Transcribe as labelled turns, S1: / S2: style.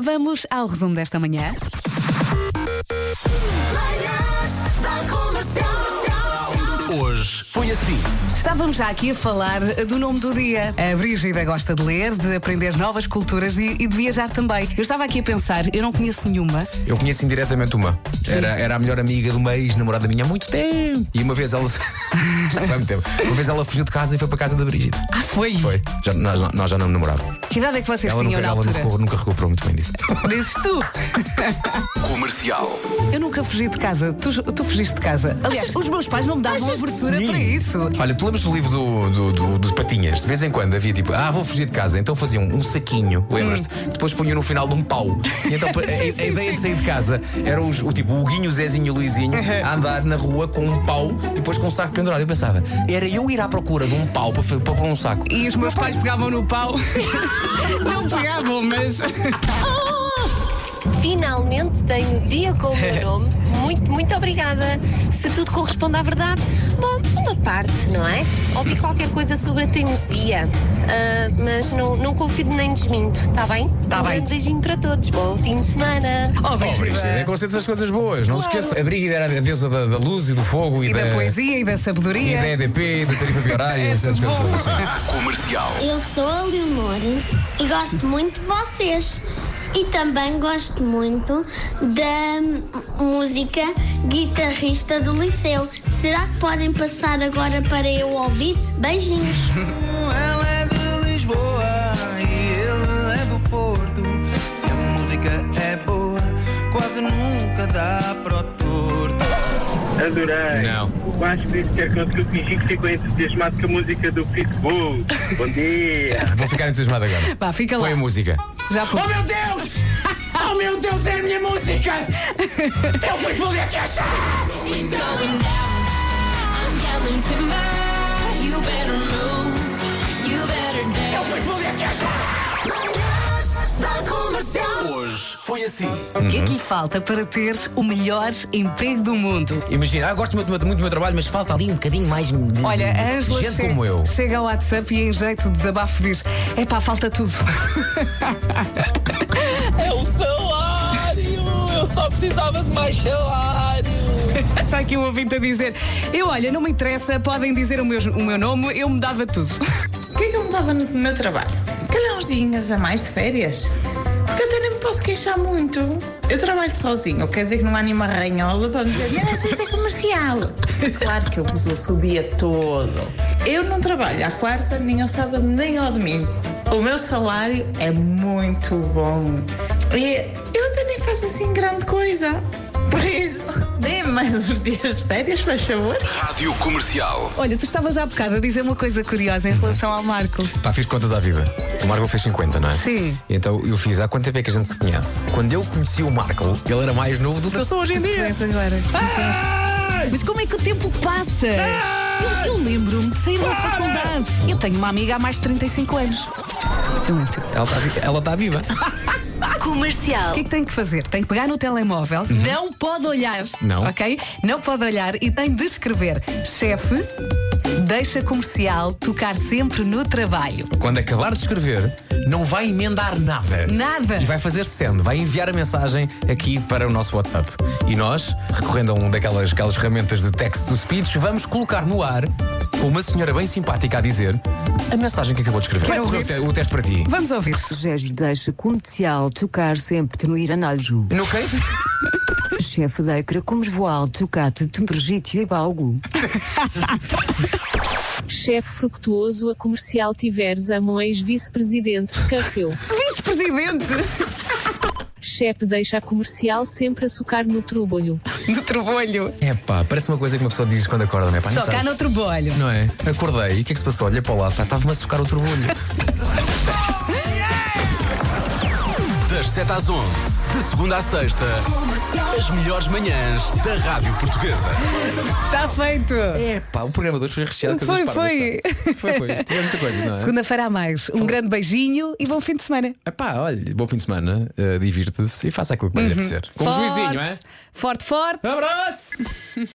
S1: Vamos ao resumo desta manhã.
S2: Hoje foi assim.
S1: Estávamos já aqui a falar eh, do nome do dia. A Brígida gosta de ler, de aprender novas culturas e, e de viajar também. Eu estava aqui a pensar, eu não conheço nenhuma.
S2: Eu conheço indiretamente uma. Era, era a melhor amiga de uma ex-namorada minha há muito tempo. E uma vez ela. já foi há muito tempo. Uma vez ela fugiu de casa e foi para a casa da Brigida.
S1: Ah, foi?
S2: Foi. Já- nós, nós já não namorávamos.
S1: Que idade é que vocês
S2: Ela, nunca,
S1: tinham na
S2: ela nunca,
S1: altura?
S2: recuperou, nunca recuperou muito bem disso.
S1: Dizes tu.
S3: Comercial.
S1: Eu nunca fugi de casa. Tu, tu fugiste de casa. Aliás, os meus pais não me davam abertura
S2: sim?
S1: para isso.
S2: Olha, tu lembras do livro do, do, do- do Patinhas? De vez em quando havia tipo, ah, vou fugir de casa. Então faziam um saquinho, lembras-te?
S1: Hum.
S2: Depois punham no final de um pau. E então a, a- a ideia de sair de casa era os- o tipo, o Guinho, o Zezinho e o Luizinho a andar na rua com um pau e depois com um saco pendurado. Eu pensava, era eu ir à procura de um pau para, fa- para pôr um saco.
S1: E os meus pais pegavam no pau. não pegavam, mas.
S4: Finalmente tenho o dia com o meu nome. Muito, muito obrigada. Se tudo corresponde à verdade, bom, uma parte, não é? Ouvi qualquer coisa sobre a teimosia, ah, mas não, não confirmo nem desminto, está bem?
S1: Tá
S4: um
S1: bem.
S4: grande beijinho para todos. Bom fim de semana.
S1: Oh,
S2: Oh, Brígida, é
S1: Brígida.
S2: conceito das coisas boas, não se esqueça. A Brígida era a deusa da, da luz e do fogo e,
S1: E da poesia e da
S2: E da
S1: sabedoria.
S2: EDP, e da tarifa piorária, essas
S1: tudo
S2: coisas.
S1: bom.
S2: assim.
S3: Comercial.
S5: Eu sou a Leonor e gosto muito de vocês. E também gosto muito da hum, música guitarrista do Liceu. Será que podem passar agora para eu ouvir? Beijinhos!
S6: Ela é de Lisboa e ele é do Porto. Se a música é boa, quase nunca dá para o torto.
S7: Adorei.
S2: Não.
S7: O Vasco disse que era conseguiu fingir que ficou entusiasmado com a música do Pitbull. Bom dia.
S2: Vou ficar entusiasmado agora.
S1: Pá, fica lá.
S2: Põe a música.
S1: Já foi.
S8: meu Deus! Oh meu Deus, é a minha música! Eu fui poder que esta!
S9: He's going down. I'm yelling timber. You better move. You better dance.
S8: Eu fui poder que esta!
S3: Hoje foi assim.
S1: O
S2: Uhum.
S1: que é que lhe falta para teres o melhor emprego do mundo?
S2: Imagina, ah, gosto muito, muito do meu trabalho, mas falta ali um bocadinho mais de, de-
S1: Olha,
S2: de-
S1: a
S2: de
S1: Ângela
S2: Uhum. gente
S1: che-
S2: como eu.
S1: chega ao WhatsApp e em jeito de desabafo diz É pá, falta tudo.
S10: É o salário! Eu só precisava de mais salário!
S1: Está aqui um ouvinte a dizer Eu, olha, não me interessa, podem dizer o meu, o meu nome, eu mudava tudo.
S10: O que é que eu mudava no meu trabalho? Se calhar uns dias a mais de férias. Porque eu até nem me posso queixar muito. Eu trabalho sozinho, quer dizer que não há nenhuma ranhosa para me dizer, mas isso é comercial. Claro que eu uso o dia todo. Eu não trabalho à quarta, nem ao sábado, nem ao domingo. O meu salário é muito bom. E eu até nem faço assim grande coisa. Por isso, dê-me mais uns dias de férias, faz favor.
S3: Rádio Comercial.
S1: Olha, tu estavas há bocado a dizer uma coisa curiosa em relação ao Marco.
S2: Pá, fiz contas à vida. O Marco fez 50, não é?
S1: Sim.
S2: Então eu fiz, há quanto tempo é que a gente se conhece? Quando eu conheci o Marco, ele era mais novo do que eu sou hoje em dia.
S1: Parece agora. Mas como é que o tempo passa? Eu, eu lembro-me de sair da faculdade. Eu tenho uma amiga há mais de 35 anos. é Silêncio.
S2: Ela está vi- Ela está viva.
S1: O que é que tem que fazer? Tem que pegar no telemóvel, não pode olhar.
S2: Uhum. Não.
S1: Ok? Não pode olhar e tem de escrever: chefe, deixa comercial tocar sempre no trabalho.
S2: Quando acabar de escrever, não vai emendar nada.
S1: Nada.
S2: E vai fazer send, vai enviar a mensagem aqui para o nosso WhatsApp. E nós, recorrendo a um daquelas aquelas ferramentas de text to speech, vamos colocar no ar, com uma senhora bem simpática a dizer, a mensagem que acabou de escrever.
S1: Quero
S2: Vai correr o,
S1: ouvir.
S2: te- o teste para ti.
S1: Vamos ouvir.
S11: Sérgio deixa comercial tocar sempre no Iranalju.
S2: No quê?
S11: Chefe da Ecra Comervoal tocate de Brigitte e Balgo.
S9: Chefe fructuoso a comercial Tiveres Amões, vice-presidente de Carril.
S1: Vice-presidente
S9: Chefe deixa a comercial sempre a socar no trúbolho.
S1: do trabalho.
S2: É pá, parece uma coisa que uma pessoa diz quando acorda, não é? Pá, nem
S1: Só cá
S2: sabes.
S1: no trabalho.
S2: Não é? Acordei, e o que é que se passou? Olhei para o lado, pá, estava-me a socar outro bolho.
S3: Das 7 às 11. De segunda à sexta. As melhores manhãs da Rádio Portuguesa.
S1: Está feito.
S2: É pá, o programa de hoje foi recheado de
S1: Foi,
S2: coisas parvas,
S1: foi.
S2: pá. Foi, foi. Tinha muita coisa, não é?
S1: Segunda-feira a mais. Um grande beijinho e bom fim de semana.
S2: Epá, olha, bom fim de semana,
S1: Uhum.
S2: um eh, divirta-se e faça aquilo que vai lhe apetecer. Com o juizinho, é?
S1: Forte, forte.
S2: Abraço!